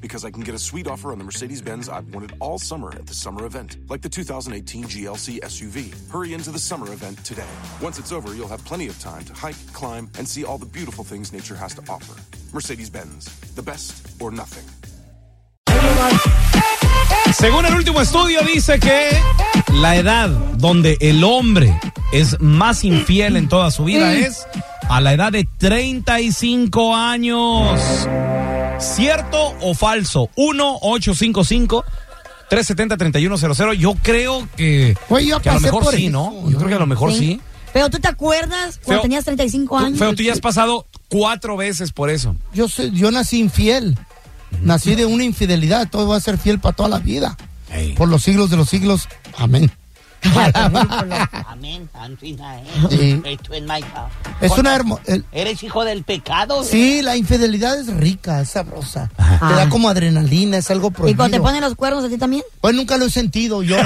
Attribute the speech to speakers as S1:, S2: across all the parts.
S1: Because I can get a sweet offer on the Mercedes Benz I've wanted all summer at the summer event, like the 2018 GLC SUV. Hurry into the summer event today. Once it's over, you'll have plenty of time to hike, climb, and see all the beautiful things nature has to offer. Mercedes Benz, the best or nothing.
S2: Según el último estudio dice que la edad donde el hombre es más infiel en toda su vida
S3: Mm.
S2: es a la edad de 35 años. ¿Cierto o falso? 1-855-370-3100. Yo creo que,
S3: Oye, Pues yo
S2: que a lo
S3: pasé
S2: mejor
S3: por
S2: sí,
S3: eso.
S2: ¿no? Yo creo que a lo mejor sí.
S4: Pero tú te acuerdas cuando
S2: Feo.
S4: tenías 35
S2: Tú-
S4: años.
S2: Feo, tú ya has pasado cuatro veces por eso.
S3: Yo, soy- yo nací infiel. Nací de una infidelidad. Todo va a ser fiel para toda la vida.
S2: Ey.
S3: Por los siglos de los siglos. Amén.
S5: Amén, santo Israel.
S3: Sí.
S5: Esto es Maipa.
S3: Es una hermosa.
S5: Eres hijo del pecado.
S3: Sí, la infidelidad es rica, es sabrosa. Te da
S4: Ah.
S3: como adrenalina, es algo
S4: y cuando te
S3: prohibido.
S4: ponen los cuernos a ti también.
S3: Pues nunca lo he sentido yo.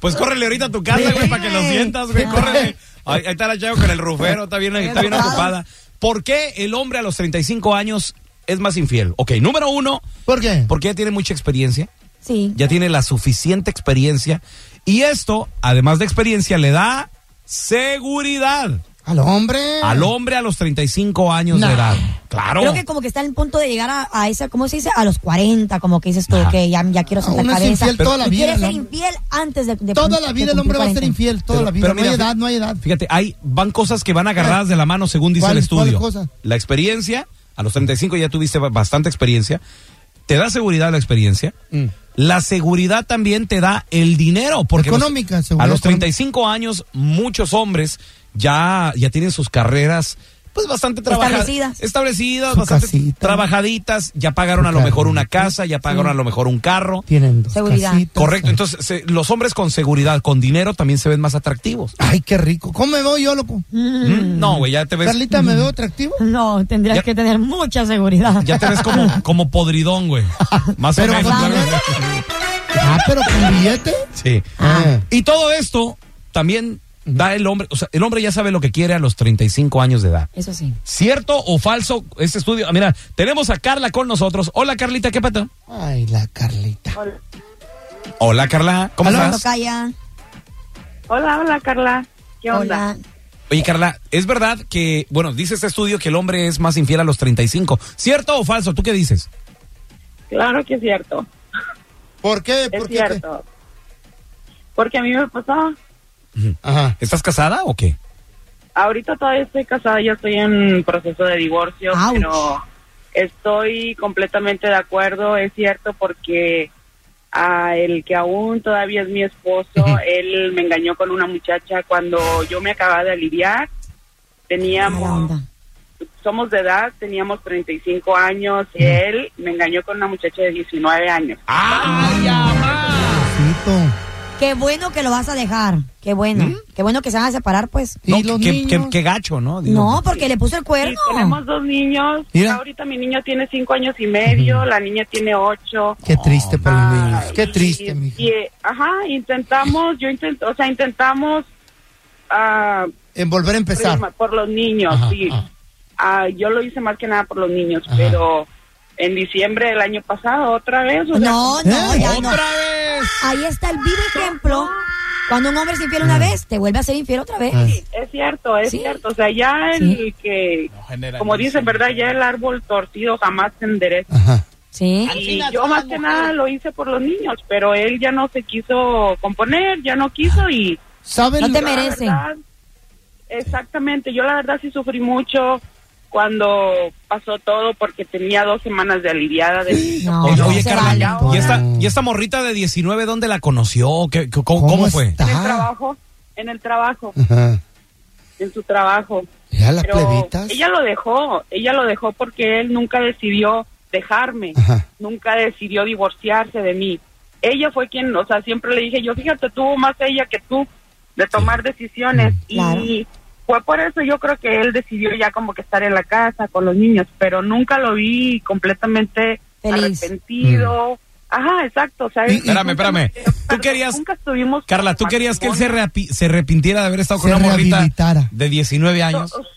S2: Pues córrele ahorita a tu casa, güey, para que lo sientas, güey, córrele. Ahí, ahí está la chava con el rufero, está bien, está bien ocupada. ¿Por qué el hombre a los 35 años es más infiel? Ok, número uno,
S3: ¿Por qué?
S2: porque ya tiene mucha experiencia,
S4: Sí.
S2: ya tiene la suficiente experiencia. Y esto, además de experiencia, le da seguridad
S3: Al hombre.
S2: al hombre a los 35 años
S3: Nah.
S2: de edad. Claro.
S4: Mm. Creo que como que está en el punto de llegar a, a esa, ¿cómo se dice? A los 40, como que dices tú,
S2: Ajá.
S4: que ya, ya quiero
S3: Ah,
S4: sentar
S3: uno es
S4: cabeza.
S3: infiel toda la
S4: Y
S3: vida,
S4: quieres
S3: ¿no?
S4: ser infiel antes de, de
S3: Toda
S4: cum-
S3: la
S4: de
S3: vida el
S4: cumplir
S3: hombre va a ser
S4: 40.
S3: infiel, toda
S2: Pero-
S3: la vida.
S2: pero
S3: no
S2: mira,
S3: hay edad,
S2: fí-
S3: no hay edad.
S2: Fíjate, hay, van cosas que van agarradas de la mano según dice el
S3: ¿Cuál- cuál
S2: estudio.
S3: cosa?
S2: La experiencia, a los 35 ya tuviste ba- bastante experiencia, te da seguridad la experiencia.
S3: Mm.
S2: La seguridad también te da el dinero. Porque
S3: Económica,
S2: los-
S3: seguridad
S2: a los
S3: económica.
S2: 35 años, muchos hombres ya, ya tienen sus carreras. Pues bastante trabaja-
S4: Establecidas.
S2: Establecidas,
S3: Su
S2: bastante
S3: casita.
S2: trabajaditas. Ya pagaron
S3: Su
S2: a lo mejor una
S3: carrita.
S2: casa, ya pagaron a lo mejor un carro.
S3: Tienen dos
S4: Seguridad.
S3: casitas.
S2: Correcto. Entonces, se- los hombres con seguridad, con dinero, también se ven más atractivos.
S3: Ay, qué rico. ¿Cómo me veo yo, loco?
S2: Mm, No, güey, ya te ves.
S3: Carlita, ¿me veo atractivo?
S4: No, tendrías
S2: Ya-
S4: que tener mucha seguridad.
S2: Ya te ves como, como podridón, güey. Más
S3: Pero
S2: o menos.
S3: con
S2: algo así.
S3: Ah, pero con billete.
S2: Sí.
S3: Ah.
S2: Y todo esto también da el hombre. O sea, el hombre ya sabe lo que quiere a los 35 años de edad.
S4: Eso sí.
S2: ¿Cierto o falso este estudio? Ah, Mira, tenemos a Carla con nosotros. Hola, Carlita, ¿qué pasa?
S3: Ay, la Carlita.
S2: Hola, Carla, ¿cómo
S3: Hola,
S2: estás?
S4: Tocaya.
S6: Hola, hola Carla. ¿Qué onda?
S4: Hola.
S2: Oye, Carla, es verdad que, bueno, dice este estudio que el hombre es más infiel a los 35. ¿Cierto o falso? ¿Tú qué dices?
S6: Claro que es cierto,
S3: ¿Por qué?
S6: es
S3: ¿Por qué?
S6: cierto. Porque a mí me pasó,
S3: Ajá.
S2: ¿Estás casada o qué?
S6: ahorita todavía estoy casada, ya estoy en proceso de divorcio,
S4: Ouch.
S6: pero estoy completamente de acuerdo, es cierto porque a el que aún todavía es mi esposo, él me engañó con una muchacha cuando yo me acababa de aliviar,
S4: Mala
S6: teníamos
S4: onda.
S6: somos de edad, teníamos 35 años y él me engañó con una muchacha de 19 años.
S2: ¡Ay, mamá!
S3: Tito.
S4: Qué bueno que lo vas a dejar. Qué bueno.
S2: ¿Mm?
S4: Qué bueno que se van a separar, pues.
S3: ¿Y
S2: No,
S3: los
S2: qué,
S3: niños?
S2: qué- qué gacho, ¿no? Digo,
S4: No, porque le puso el
S6: Sí,
S4: cuerno.
S6: tenemos dos niños.
S3: Mira.
S6: Ahorita mi niño tiene cinco años y medio, la niña tiene ocho.
S3: Qué triste por los
S6: Ah,
S3: niños. Qué
S6: y-
S3: triste,
S6: y-
S3: mija.
S6: y, eh, ajá, intentamos, yo intento, o sea, intentamos ah,
S3: en volver a empezar.
S6: problema, por los niños,
S3: Ajá,
S6: sí.
S3: ajá.
S6: Ah, yo lo hice más que nada por los niños,
S3: Ajá.
S6: pero en diciembre del año pasado, otra vez. o sea,
S4: No, no,
S3: ¿Eh?
S4: ya no.
S2: ¡Otra vez!
S4: Ahí está el vivo ejemplo. Cuando un hombre es infiel una vez, te vuelve a ser infiel otra vez.
S6: es cierto, es
S4: Sí.
S6: cierto. O sea, ya el que,
S2: No generalices.
S6: como dicen, ¿verdad? Ya el árbol torcido jamás se endereza.
S3: Ajá.
S4: Sí.
S5: Al
S6: Y
S5: fin,
S6: yo
S5: todas
S6: más
S5: las
S6: que
S5: mujeres.
S6: nada lo hice por los niños, pero él ya no se quiso componer, ya no quiso y...
S3: ¿Saben?
S4: No te
S6: yo, la
S4: merecen.
S6: verdad, exactamente, yo la verdad sí sufrí mucho cuando pasó todo porque tenía dos semanas de aliviada de...
S4: No,
S2: Oye,
S4: no
S2: oye,
S4: se
S2: Carla,
S4: vale.
S2: ¿y esta, y esta morrita de 19 dónde la conoció? ¿Qué- qué- cómo,
S3: ¿Cómo
S2: cómo fue?
S3: está?
S6: En el
S3: Ah.
S6: trabajo, en el trabajo,
S3: Ajá.
S6: en su trabajo.
S3: Ya la
S6: Pero
S3: plebitas.
S6: ella lo dejó, ella lo dejó porque él nunca decidió dejarme,
S3: Ajá.
S6: nunca decidió divorciarse de mí. Ella fue quien, o sea, siempre le dije, yo fíjate, tuvo más ella que tú de tomar decisiones
S4: Claro.
S6: y fue por eso yo creo que él decidió ya como que estar en la casa con los niños, pero nunca lo vi completamente
S4: Feliz.
S6: arrepentido. Ajá, exacto. O sea,
S3: Y- y-
S2: Espérame, espérame.
S6: nunca-
S2: ¿Tú querías-
S6: nunca estuvimos
S2: Carla, ¿tú
S6: como
S2: querías que él
S6: matrimonio.
S2: se, reapi- se arrepintiera de haber estado con
S3: Se
S2: una morrita
S3: rehabilitara.
S2: de 19 años?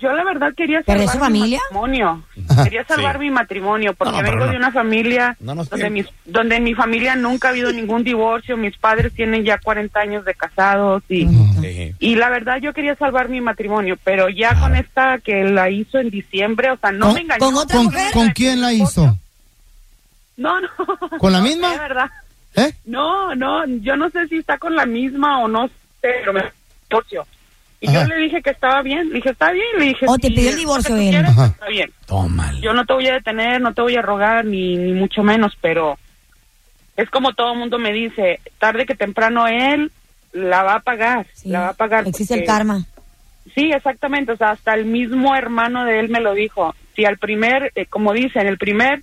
S6: Yo la verdad quería
S4: ¿Pero
S6: salvar
S4: es su familia?
S6: mi matrimonio. Quería salvar mi matrimonio porque
S2: No, no, pero
S6: vengo
S2: no.
S6: de una familia
S2: No nos
S6: donde,
S2: pierdas.
S6: mis, donde en mi familia nunca ha habido ningún divorcio. Mis padres tienen ya 40 años de casados y,
S2: Sí.
S6: y la verdad yo quería salvar mi matrimonio, pero ya con esta que la hizo en diciembre, o sea, no me engañó.
S4: con otra
S3: ¿Con,
S4: mujer?
S3: con quién la hizo?
S6: No, no.
S3: ¿Con la
S6: No
S3: misma?
S6: sé, verdad.
S3: ¿Eh?
S6: No, no, yo no sé si está con la misma o no sé, pero me divorcio. Y
S3: Ajá.
S6: yo le dije que estaba bien, le dije, está bien, le dije...
S4: O Oh, te
S6: "Sí,
S4: pidió el
S6: es lo que
S4: divorcio
S6: tú
S4: él".
S6: quieres,
S3: Ajá.
S6: Está bien.
S2: Tómala.
S6: Yo no te voy a detener, no te voy a rogar, ni, ni mucho menos, pero es como todo mundo me dice, tarde que temprano él la va a pagar,
S4: Sí.
S6: la va a pagar.
S4: Existe el
S6: porque-
S4: karma.
S6: Sí, exactamente, o sea, hasta el mismo hermano de él me lo dijo. Si al primer, eh, como dicen, el primer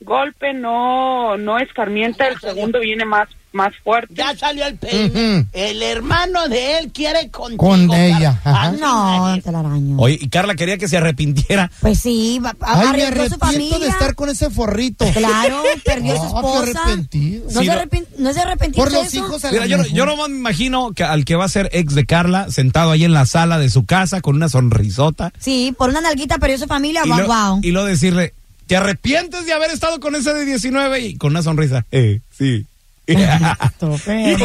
S6: golpe no no escarmienta, el segundo viene más más fuerte.
S5: Ya salió el peine.
S3: Ujú.
S5: El hermano de él quiere contigo,
S3: Con
S5: Carla.
S3: ella, ajá.
S5: Al fin,
S4: No,
S5: ahí.
S4: te la araño.
S2: Oye, y Carla quería que se arrepintiera.
S4: Pues sí, va-
S3: Ay,
S4: a-
S3: me
S4: arriesgó su
S3: arrepiento
S4: familia.
S3: de estar con ese forrito.
S4: Claro, perdió a su
S3: Ah, qué
S4: esposa.
S3: arrepentido.
S4: No,
S2: Sí,
S4: se
S2: no-
S4: arrepin- no se arrepintió
S3: Por
S4: de
S3: los
S4: eso.
S3: hijos a la
S2: Mira, yo, no-
S3: mejor.
S2: yo nomás me imagino que al que va a ser ex de Carla, sentado ahí en la sala de su casa con una sonrisota.
S4: Sí, por una nalguita perdió su familia.
S2: y
S4: Wow,
S2: lo-
S4: wow.
S2: Y luego decirle, ¿te arrepientes de haber estado con ese de 19? Y con una sonrisa. Eh, sí.
S4: No, claro que se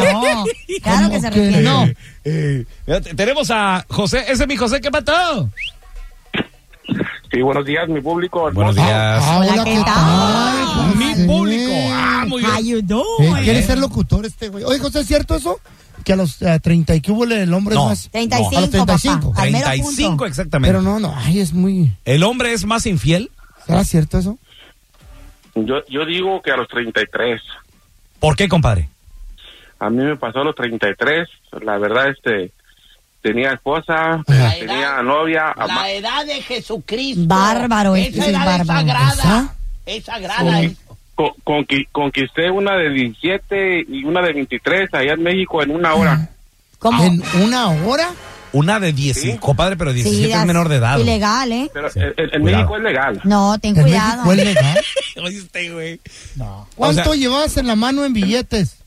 S3: ¿Cómo que
S4: arrepiente.
S3: no?
S2: Eh, eh, mira, te- tenemos a José. Ese es mi José, ¿qué pasó?
S7: Sí, buenos días, mi público.
S2: Buenos días.
S3: Ah,
S4: Hola,
S3: hola,
S4: ¿qué
S3: ¿qué
S4: tal?
S3: tal?
S2: Mi
S3: José.
S2: público. Ah, muy
S4: How
S2: bien.
S4: you
S3: Eh,
S4: doing?
S3: ¿Quiere ser locutor este güey? Oye, José, ¿es cierto eso? Que a los eh, 30 y que hubo el hombre
S2: No.
S3: es más...
S4: 35,
S3: No, a los 35.
S4: papá. Al mero
S2: 35
S4: punto.
S2: exactamente.
S3: Pero no, no, ay, es muy...
S2: ¿El hombre es más infiel?
S3: ¿Será cierto eso?
S7: Yo, yo digo que a los 33.
S2: ¿Por qué, compadre?
S7: A mí me pasó a los 33. La verdad, este, tenía esposa,
S3: Ajá.
S7: tenía novia. ama-
S5: La edad de Jesucristo.
S4: Bárbaro,
S5: Esa
S4: este es
S5: edad
S4: bárbaro.
S5: Es
S3: ¿Esa?
S5: sagrada. Es sagrada.
S7: Conqui- con- conqui- conquisté una de 17 y una de 23 allá en México en una
S5: Ah.
S7: hora.
S4: ¿Cómo?
S3: ¿En una hora?
S2: Una de 10,
S7: Sí.
S2: compadre, pero 17
S4: das-
S2: es menor de edad. güey.
S4: Ilegal, ¿eh?
S7: Pero
S2: Sí,
S7: en, en- en
S2: cuidado.
S7: México es legal.
S4: No, ten
S3: ¿En
S4: cuidado.
S3: México es legal?
S2: Oye, este güey.
S3: ¿Cuánto
S2: O sea-
S3: llevabas en la mano en billetes?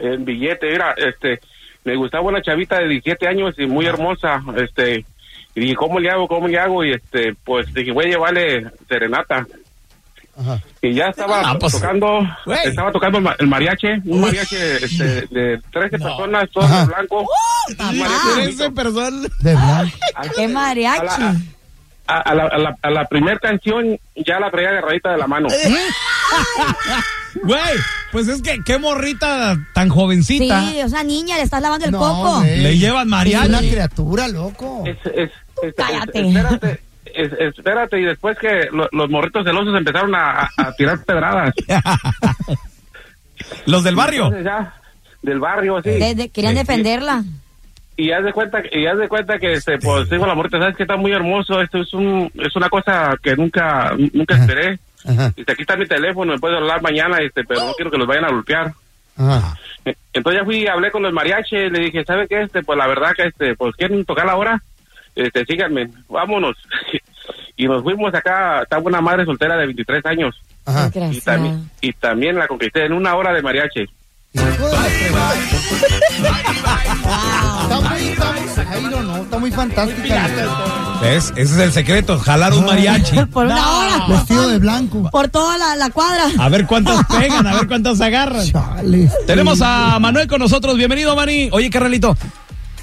S7: En billete, era, este, me gustaba una chavita de 17 años y muy hermosa, este, y dije, ¿cómo le hago? ¿Cómo le hago? Y este, pues dije, voy a llevarle serenata.
S3: Ajá.
S7: Y ya estaba
S2: Ah, pues,
S7: tocando,
S2: güey.
S7: estaba tocando el ma- el mariachi, un mariachi este, de 13
S2: No. Ah,
S7: personas, todos
S3: Ajá.
S7: de blanco. Un mariachi
S4: papá.
S7: bonito.
S2: persona.
S3: De blanco.
S7: A-
S4: ¡Qué mariachi!
S7: A la, a, a la, a la, a la primera canción ya la traía agarradita de la mano.
S5: Eh.
S2: Güey, pues es que qué morrita tan jovencita.
S4: Sí, o sea, niña, le estás lavando el
S3: No,
S4: coco.
S3: güey.
S2: Le llevan mariachi.
S3: Es una criatura, loco.
S7: Es- es- es-
S4: Cállate.
S7: es- espérate, es- espérate, y después que lo- los morritos celosos empezaron a, a- a tirar pedradas.
S2: Los del barrio.
S7: Entonces ya, del barrio, así.
S4: De- de- querían
S2: Sí.
S4: defenderla.
S7: y haz de cuenta que- y haz de cuenta que este pues digo la muerte sabes que está muy hermoso esto es un es una cosa que nunca nunca esperé
S3: Ajá,
S7: y aquí está mi teléfono me puedes hablar mañana este pero no quiero que los vayan a golpear
S3: ajá.
S7: Eh, entonces ya fui hablé con los mariaches le dije sabe qué este pues la verdad que este pues quieren tocar la hora este síganme vámonos y nos fuimos acá estaba una madre soltera de 23 años
S3: ajá.
S7: y
S4: Desgraciada.
S7: también y también la conquisté en una hora de mariache
S3: Hijo de la fregada. está muy, está muy, I don't know, está muy fantástica.
S2: ¿Ves? Ese es el secreto, jalar un mariachi.
S4: Por una hora.
S3: Vestido de blanco.
S4: Por toda la, la cuadra.
S2: A ver cuántas pegan, a ver cuántas agarran.
S3: Chale.
S2: Tenemos a Manuel con nosotros. Bienvenido, Mani. Oye, carnalito.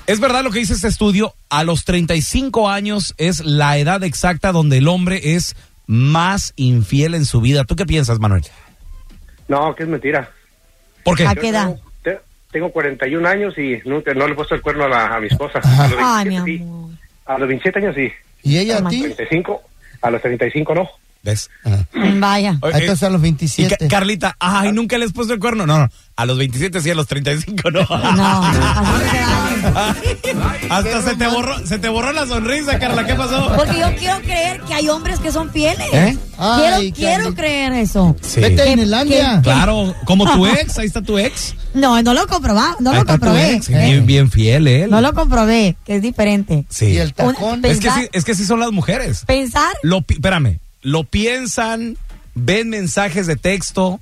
S2: Es verdad lo que dice este estudio. A los 35 años es la edad exacta donde el hombre es más infiel en su vida. ¿Tú qué piensas, Manuel?
S7: No, que es mentira.
S2: ¿Por qué?
S4: ¿A qué edad?
S7: Te- Tengo 41 años y nunca no le he puesto el cuerno a, la- a mi esposa. A los 27,
S4: Ay, mi
S7: sí.
S4: amor.
S7: A los 27 años sí.
S3: ¿Y ella a ti? Ah.
S7: 35, a los 35 no.
S2: ¿Ves?
S4: Vaya.
S2: Oye,
S3: Ahí estás a los
S2: y Ca-
S3: 27.
S2: Carlita, ay, nunca les puso el cuerno. No, no. A los 27 sí, a los 35 no.
S4: No, así no se vale.
S2: Hasta se te borró, se te borró la sonrisa, Carla. ¿Qué pasó?
S4: Porque yo quiero creer que hay hombres que son fieles.
S2: ¿Eh?
S4: Quiero,
S3: Ay,
S4: quiero
S3: Carlita.
S4: creer eso.
S2: Sí.
S3: Vete a
S4: ¿Qué-
S3: Inlandia.
S2: Claro, como tu ex, ahí está tu ex.
S4: No, no lo comprobá, no
S2: Ahí
S4: lo
S2: está tu
S4: comprobé. Eh.
S2: ex, ¿eh? Bien, bien fiel él.
S4: No lo comprobé, que es diferente.
S2: Sí.
S3: Y el tacón.
S4: Un-
S2: Es que
S4: ¿Verdad?
S2: sí, es que sí son las mujeres.
S4: Pensar
S2: Lo pi- espérame, lo piensan, ven mensajes de texto,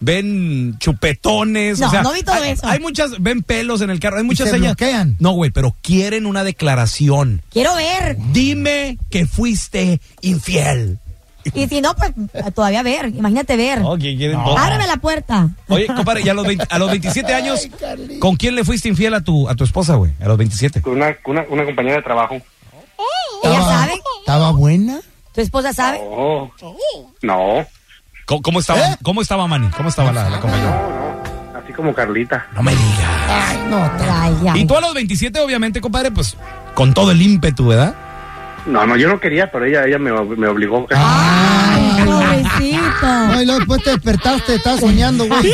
S2: ven chupetones,
S4: No,
S2: o sea,
S4: no vi todo
S2: hay,
S4: eso.
S2: hay muchas ven pelos en el carro, hay muchas
S3: se
S2: señas.
S3: bloquean.
S2: No, güey, pero quieren una declaración.
S4: Quiero ver.
S2: Dime que fuiste infiel.
S4: Y Ah, si no, pues todavía ver. Imagínate ver.
S2: quieren
S4: Ábreme la puerta.
S2: Oye, compadre, y a los, 20 a los 27 años, ¿con quién le fuiste infiel a tu, a tu esposa, güey? A los 27.
S7: Con una, con una, una compañera de trabajo.
S4: Ella
S3: Estaba-
S4: sabe.
S3: ¿Estaba buena?
S4: Tu esposa sabe.
S7: Oh. No,
S2: ¿Cómo, cómo estaba, ¿Eh? ¿Cómo estaba Manny? ¿Cómo estaba la, la compañera?
S7: así como Carlita.
S2: No me digas.
S3: Ay, no.
S4: Ay, ay.
S2: Y tú a los 27, obviamente, compadre, pues con todo el ímpetu, ¿verdad?
S7: No, no, yo no quería, pero ella, ella me, me obligó.
S4: Ay,
S3: No,
S4: pobrecito.
S3: y luego después te despertaste, estás soñando, güey.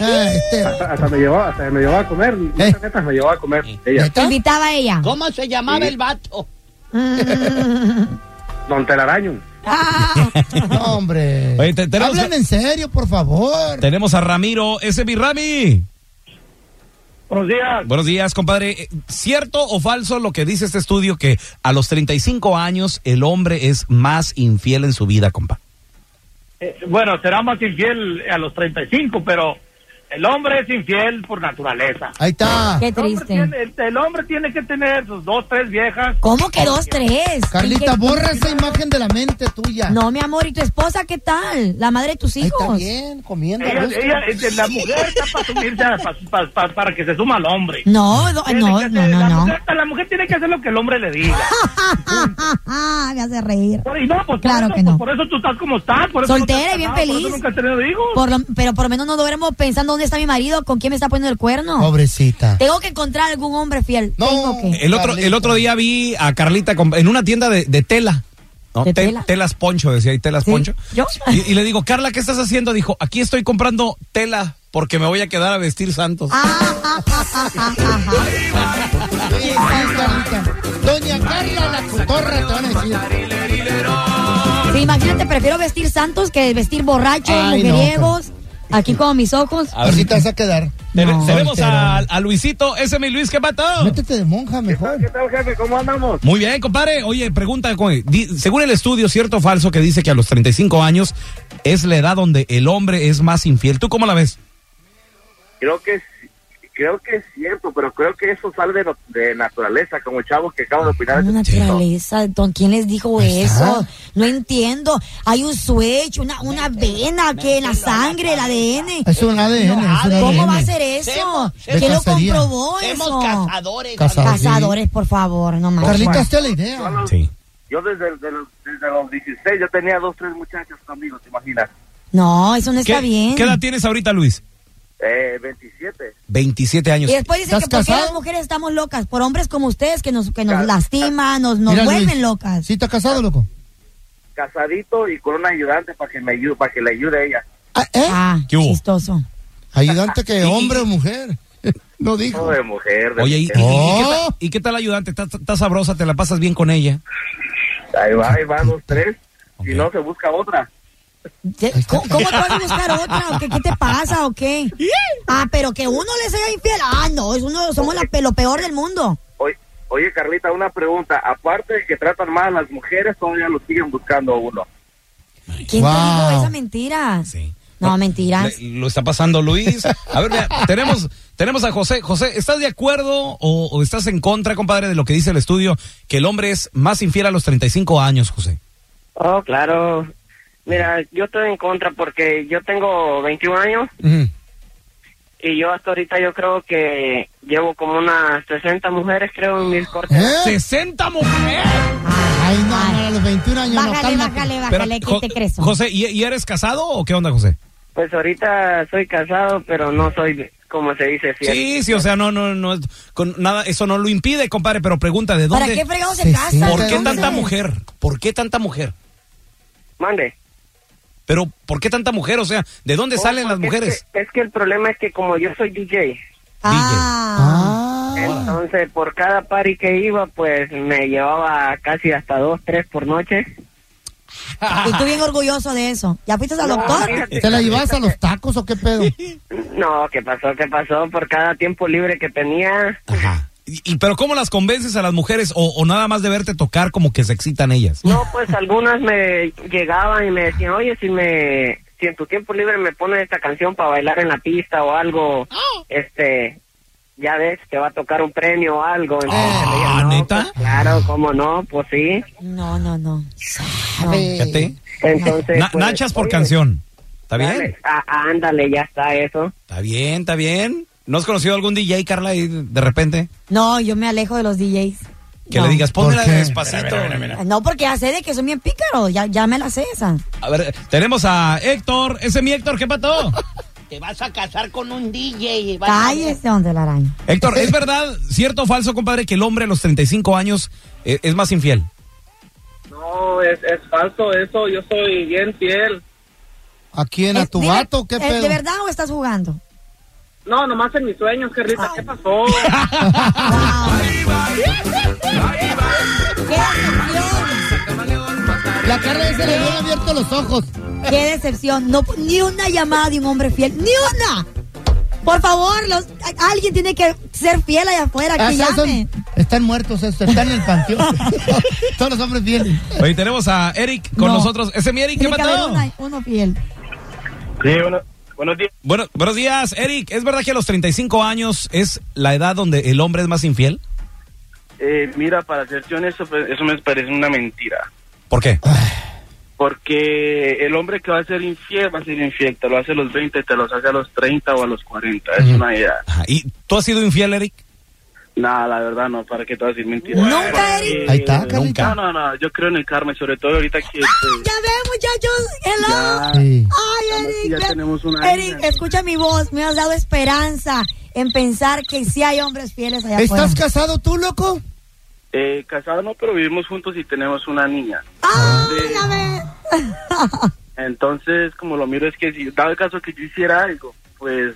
S3: Ay, este-
S7: Hasta, hasta me llevó, hasta me llevó a comer.
S4: Eh.
S7: neta, neta, me llevó a comer. Ella.
S4: Te invitaba a ella.
S5: ¿Cómo se llamaba el vato?
S7: Don Telaraño.
S4: Ah,
S3: No, hombre.
S2: Oye, te- tenemos-
S3: Hablen en serio, por favor.
S2: Tenemos a Ramiro, ese mi Rami.
S7: Buenos días.
S2: Buenos días, compadre. Eh, ¿Cierto o falso lo que dice este estudio que a los 35 años el hombre es más infiel en su vida, compa?
S8: Eh, bueno, será más infiel a los 35, pero el hombre es infiel por naturaleza.
S3: Ahí está.
S4: qué
S8: El hombre, tiene,
S4: triste.
S8: el, el hombre tiene que tener sus dos, tres viejas.
S4: ¿Cómo que dos, tres?
S3: Carlita,
S4: ¿Qué-
S3: borra esa imagen de la mente tuya.
S4: No, mi amor, ¿y tu esposa qué tal? La madre de tus
S3: Ahí está
S4: hijos.
S3: bien, comiendo.
S8: Ella-
S3: a gusto.
S8: ella- eh, la mujer está para subirse a- pa- pa- pa- para que se suma al hombre.
S4: No, no,
S8: Tiene que
S4: no,
S8: hacer-
S4: no,
S8: la,
S4: no.
S8: Mujer, la mujer tiene que hacer lo que el hombre le diga.
S4: Ah, me hace reír.
S8: Por- y no, pues,
S4: Claro
S8: por eso,
S4: que no.
S8: Por eso tú estás como estás. Por eso
S4: Soltera
S8: no
S4: y
S8: te
S4: bien
S8: has casado, por
S4: feliz.
S8: eso nunca has tenido hijos.
S4: Por lo- pero por lo menos no duermo pensando dónde está mi marido, con quién me está poniendo el cuerno.
S3: Pobrecita.
S4: Tengo que encontrar algún hombre fiel.
S3: No.
S4: Tengo que.
S2: El otro,
S3: Carlita.
S2: el otro día vi a Carlita comp- en una tienda de, de tela. ¿no?
S4: ¿De
S2: Te-
S4: tela?
S2: Telas Poncho, decía ahí, Telas
S4: Sí,
S2: Poncho.
S4: ¿yo?
S2: Y, y le digo, Carla, ¿qué estás haciendo? Dijo, aquí estoy comprando tela porque me voy a quedar a vestir santos.
S4: Ah, ah, ah, ah, ah, ah.
S3: Ahí está, Carlita. Doña Carla la cotorra, te van a decir.
S4: Sí, imagínate, prefiero vestir santos que vestir borrachos,
S3: Ay, no,
S4: mujeriegos. aquí con mis ojos.
S2: A ver.
S3: Así te vas a quedar.
S2: Ten-
S4: no,
S2: tenemos a,
S3: solterón.
S2: a Luisito, ese es mi Luis, ¿qué mató?
S3: Métete de monja mejor.
S7: Ah, tal, jefe? ¿Cómo andamos?
S2: Muy bien, compadre. Oye, pregunta, güey. Di- según el estudio, ¿cierto o falso que dice que a los 35 años es la edad donde el hombre es más infiel? ¿Tú cómo la ves?
S7: Creo que sí- creo que es cierto, pero creo que eso sale de, no- de naturaleza, como chavos que acaban de opinar.
S4: Una Ah, naturaleza, don, ¿quién les dijo eso? No entiendo. Hay un switch, una, una vena que en la sangre, el ADN.
S3: Es un ADN. es un
S4: ¿Cómo
S3: ADN.
S4: va a ser eso?
S3: Semos-
S4: ¿Quién lo
S3: cacería.
S4: comprobó eso?
S5: Somos cazadores.
S3: Casado, sí.
S4: Cazadores, por favor, no más.
S3: Carlita, hazte la idea.
S2: Sí.
S7: Yo desde, desde los, desde los 16, yo tenía dos, tres muchachas conmigo, ¿te imaginas?
S4: No, eso no está
S2: ¿Qué,
S4: bien.
S2: ¿Qué edad tienes ahorita, Luis?
S7: Eh, 27.
S2: 27 años.
S4: Y después dicen que
S3: ¿Estás
S4: por qué las
S3: casado?
S4: mujeres estamos locas, por hombres como ustedes que nos, que nos lastiman, nos, nos
S3: Mira,
S4: vuelven
S3: Luis,
S4: locas.
S3: ¿Sí estás casado, loco?
S7: Casadito y con una ayudante para que me ayude, para que le ayude a ella.
S3: Ah, ¿eh?
S4: Ah,
S2: ¿Qué hubo?
S4: chistoso.
S3: Ayudante que hombre o mujer. No dijo.
S7: No, de mujer. de
S2: Oye, ¿y, y- y
S7: mujer.
S2: qué tal, y qué tal ayudante? ¿Estás estás sabrosa? ¿Te la pasas bien con ella?
S7: Ahí va, ahí va, dos, tres.
S2: Ok.
S7: Si no, se busca otra.
S4: ¿Qué- ¿Cómo, cómo te vas a buscar otra? ¿O qué, ¿Qué te pasa o qué? Ah, pero que uno le sea infiel. Ah, no, es uno, somos la, pe- lo peor del mundo.
S7: Oye, oye, Carlita, una pregunta. Aparte de que tratan mal a las mujeres, todavía lo siguen buscando a uno.
S4: ¿Quién te
S3: Wow.
S4: dijo esa mentira?
S2: Sí.
S4: No, mentiras.
S2: Le- lo está pasando Luis. A ver, mira, tenemos, tenemos a José. José, ¿estás de acuerdo o, o estás en contra, compadre, de lo que dice el estudio, que el hombre es más infiel a los 35 años, José?
S9: Oh, claro. Mira, yo estoy en contra porque yo tengo 21 años y yo hasta ahorita yo creo que llevo como unas 60 mujeres, creo, en mis cortes.
S2: ¡60 mujeres!
S3: Ay, no, no, a los 21 años no,
S4: Bájale,
S3: cálmate.
S4: bájale, bájale,
S2: Espera,
S4: que
S2: Jo-
S4: te crees.
S2: José, ¿y, y eres casado o qué onda, José?
S9: Pues ahorita soy casado, pero no soy, como se dice, fiel.
S2: Sí, sí, o sea, no, no, no, con nada, eso no lo impide, compadre, pero pregunta, ¿de dónde?
S4: ¿Para qué fregados se casan?
S2: ¿Por
S4: ¿De
S2: qué
S4: dónde?
S2: tanta mujer? ¿Por qué tanta mujer?
S9: Mande.
S2: Pero, ¿por qué tanta mujer? O sea, ¿de dónde
S9: Oh,
S2: salen las
S9: porque
S2: mujeres?
S9: Es que, es que el problema es que como yo soy DJ,
S4: Ah.
S3: Ah.
S2: Ah.
S9: entonces por cada party que iba, pues me llevaba casi hasta dos, tres por noche. ah, pues
S4: Y tú bien orgulloso de eso. ¿Ya fuiste al
S9: No,
S4: doctor?
S9: fíjate.
S3: ¿Te la llevas a los tacos o qué pedo?
S9: No, ¿qué pasó? ¿Qué pasó? Por cada tiempo libre que tenía,
S2: ¿Y, y- pero cómo las convences a las mujeres o, o nada más de verte tocar como que se excitan ellas?
S9: No, pues algunas me llegaban y me decían, oye, si me, si en tu tiempo libre me pones esta canción para bailar en la pista o algo,
S2: Oh.
S9: este, ya ves, te va a tocar un premio o
S2: Oh,
S9: algo. Entonces, le dije, "No, pues, claro, cómo no, pues sí.
S4: No, no, no.
S2: Fíjate.
S9: Entonces,
S2: Na-
S9: pues,
S2: nachas por
S9: oye,
S2: canción. ¿Está bien?
S9: dale, á- ándale, ya está eso.
S2: Está bien, está bien. ¿No has conocido algún DJ, Carla, y de repente
S4: No, yo me alejo de los DJs.
S2: que
S4: No.
S2: le digas,
S3: ¿Por
S2: pónmela
S3: qué?
S2: despacito?
S4: No, porque ya sé de que son bien pícaros. Ya, ya me la sé esa.
S2: A ver, tenemos a Héctor. Ese es mi Héctor, ¿qué pató?
S5: Te vas a casar con un DJ. y vas a-
S4: Cállese donde la araña.
S2: Héctor, ¿es verdad, cierto o falso, compadre, que el hombre a los 35 años eh, es más infiel?
S10: No, es, es falso eso. Yo soy bien fiel.
S3: ¿A quién? ¿A
S4: Es-
S3: tu
S4: dime,
S3: vato o qué
S4: ¿es
S3: pedo?
S4: ¿De verdad o estás jugando?
S10: No, nomás en mis sueños, Carlita. ¿Qué pasó?
S4: ¡Qué decepción!
S3: La Carla ya se le habían abierto los ojos.
S4: ¡Qué decepción! No, ni una llamada de un hombre fiel. ¡Ni una! Por favor, los, a- alguien tiene que ser fiel allá afuera.
S3: Ah,
S4: Que
S3: esos son-
S4: llame.
S3: están muertos, esos, están en el panteón. Todos los hombres bien.
S2: Oye, tenemos a Eric con
S3: No.
S2: nosotros. Ese es mi Eric, ¿qué
S4: Tiene que haber
S2: pató?
S4: una- uno fiel.
S8: Sí, buenos días.
S2: Bueno, buenos días, Eric. ¿Es verdad que a los 35 años es la edad donde el hombre es más infiel?
S10: Eh, mira, para serte honesto, pues, eso me parece una mentira.
S2: ¿Por qué?
S10: Porque el hombre que va a ser infiel va a ser infiel. Te lo hace a los 20, te los hace a los 30 o a los 40. Es
S2: Ujú.
S10: una idea.
S2: Ajá, ¿Y tú has sido infiel, Eric?
S10: Nada, la verdad no. ¿Para qué te vas a decir mentira?
S4: Nunca, Eric.
S3: Ahí está, Carlita.
S10: No, no, no. Yo creo en el karma, y sobre todo ahorita que... pues,
S4: Ya ve, muchachos. Hello.
S10: ya-
S3: Sí.
S4: Ay, Eric.
S10: ya
S4: ve-
S10: tenemos una
S4: Eric,
S10: niña.
S4: escucha mi voz. Me has dado esperanza en pensar que sí hay hombres fieles allá afuera.
S3: ¿Estás casado tú, loco?
S10: Eh, casado no, pero vivimos juntos y tenemos una niña.
S4: ¡Ah, ya ve!
S10: Entonces, como lo miro es que si dado el caso que yo hiciera algo, pues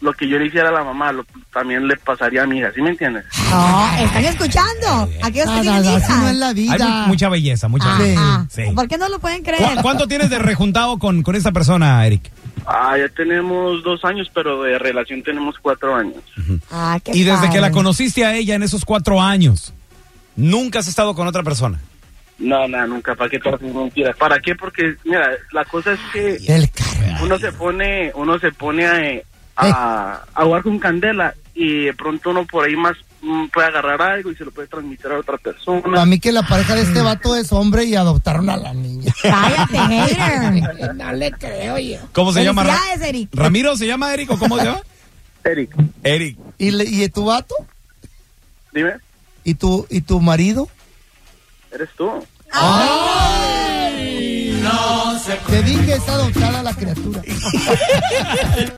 S10: lo que yo le hiciera a la mamá lo- también le pasaría a mi hija, ¿sí me entiendes?
S4: No, ¿están escuchando? Aquellos que
S3: Ah, no,
S4: tienen
S3: no,
S4: hijas.
S3: así no es la
S2: Hay
S3: vida.
S2: mu- mucha belleza, mucha
S3: Sí.
S2: belleza.
S4: Ajá. Ah,
S2: Sí.
S4: ¿Por qué no lo pueden creer?
S2: ¿Cu- ¿Cuánto tienes de rejuntado con, con esta persona, Eric?
S10: Ah, ya tenemos dos años, pero de relación tenemos cuatro años.
S4: Ah, qué
S2: Y desde
S4: padre.
S2: que la conociste a ella en esos cuatro años, nunca has estado con otra persona.
S10: No, no, nunca, ¿para qué todas esas mentiras? ¿Para qué? Porque, mira, la cosa es que
S3: El karma.
S10: uno se pone, uno se pone a, eh, a, a jugar con candela y de pronto uno por ahí más mm, puede agarrar algo y se lo puede transmitir a otra
S3: Para
S10: persona.
S3: mí que la pareja de este vato es hombre y adoptaron a la niña.
S4: Cállate, hater.
S3: No le creo yo.
S2: ¿Cómo se llama? Ra-
S4: Felicidades, Eric.
S2: ¿Ramiro se llama Eric o cómo se llama?
S10: Eric,
S2: Eric.
S3: ¿Y, le- y tu vato?
S10: dime,
S3: ¿Y tu, ¿Y tu marido?
S10: ¿eres tú?
S3: Te dije, es adoptada la criatura.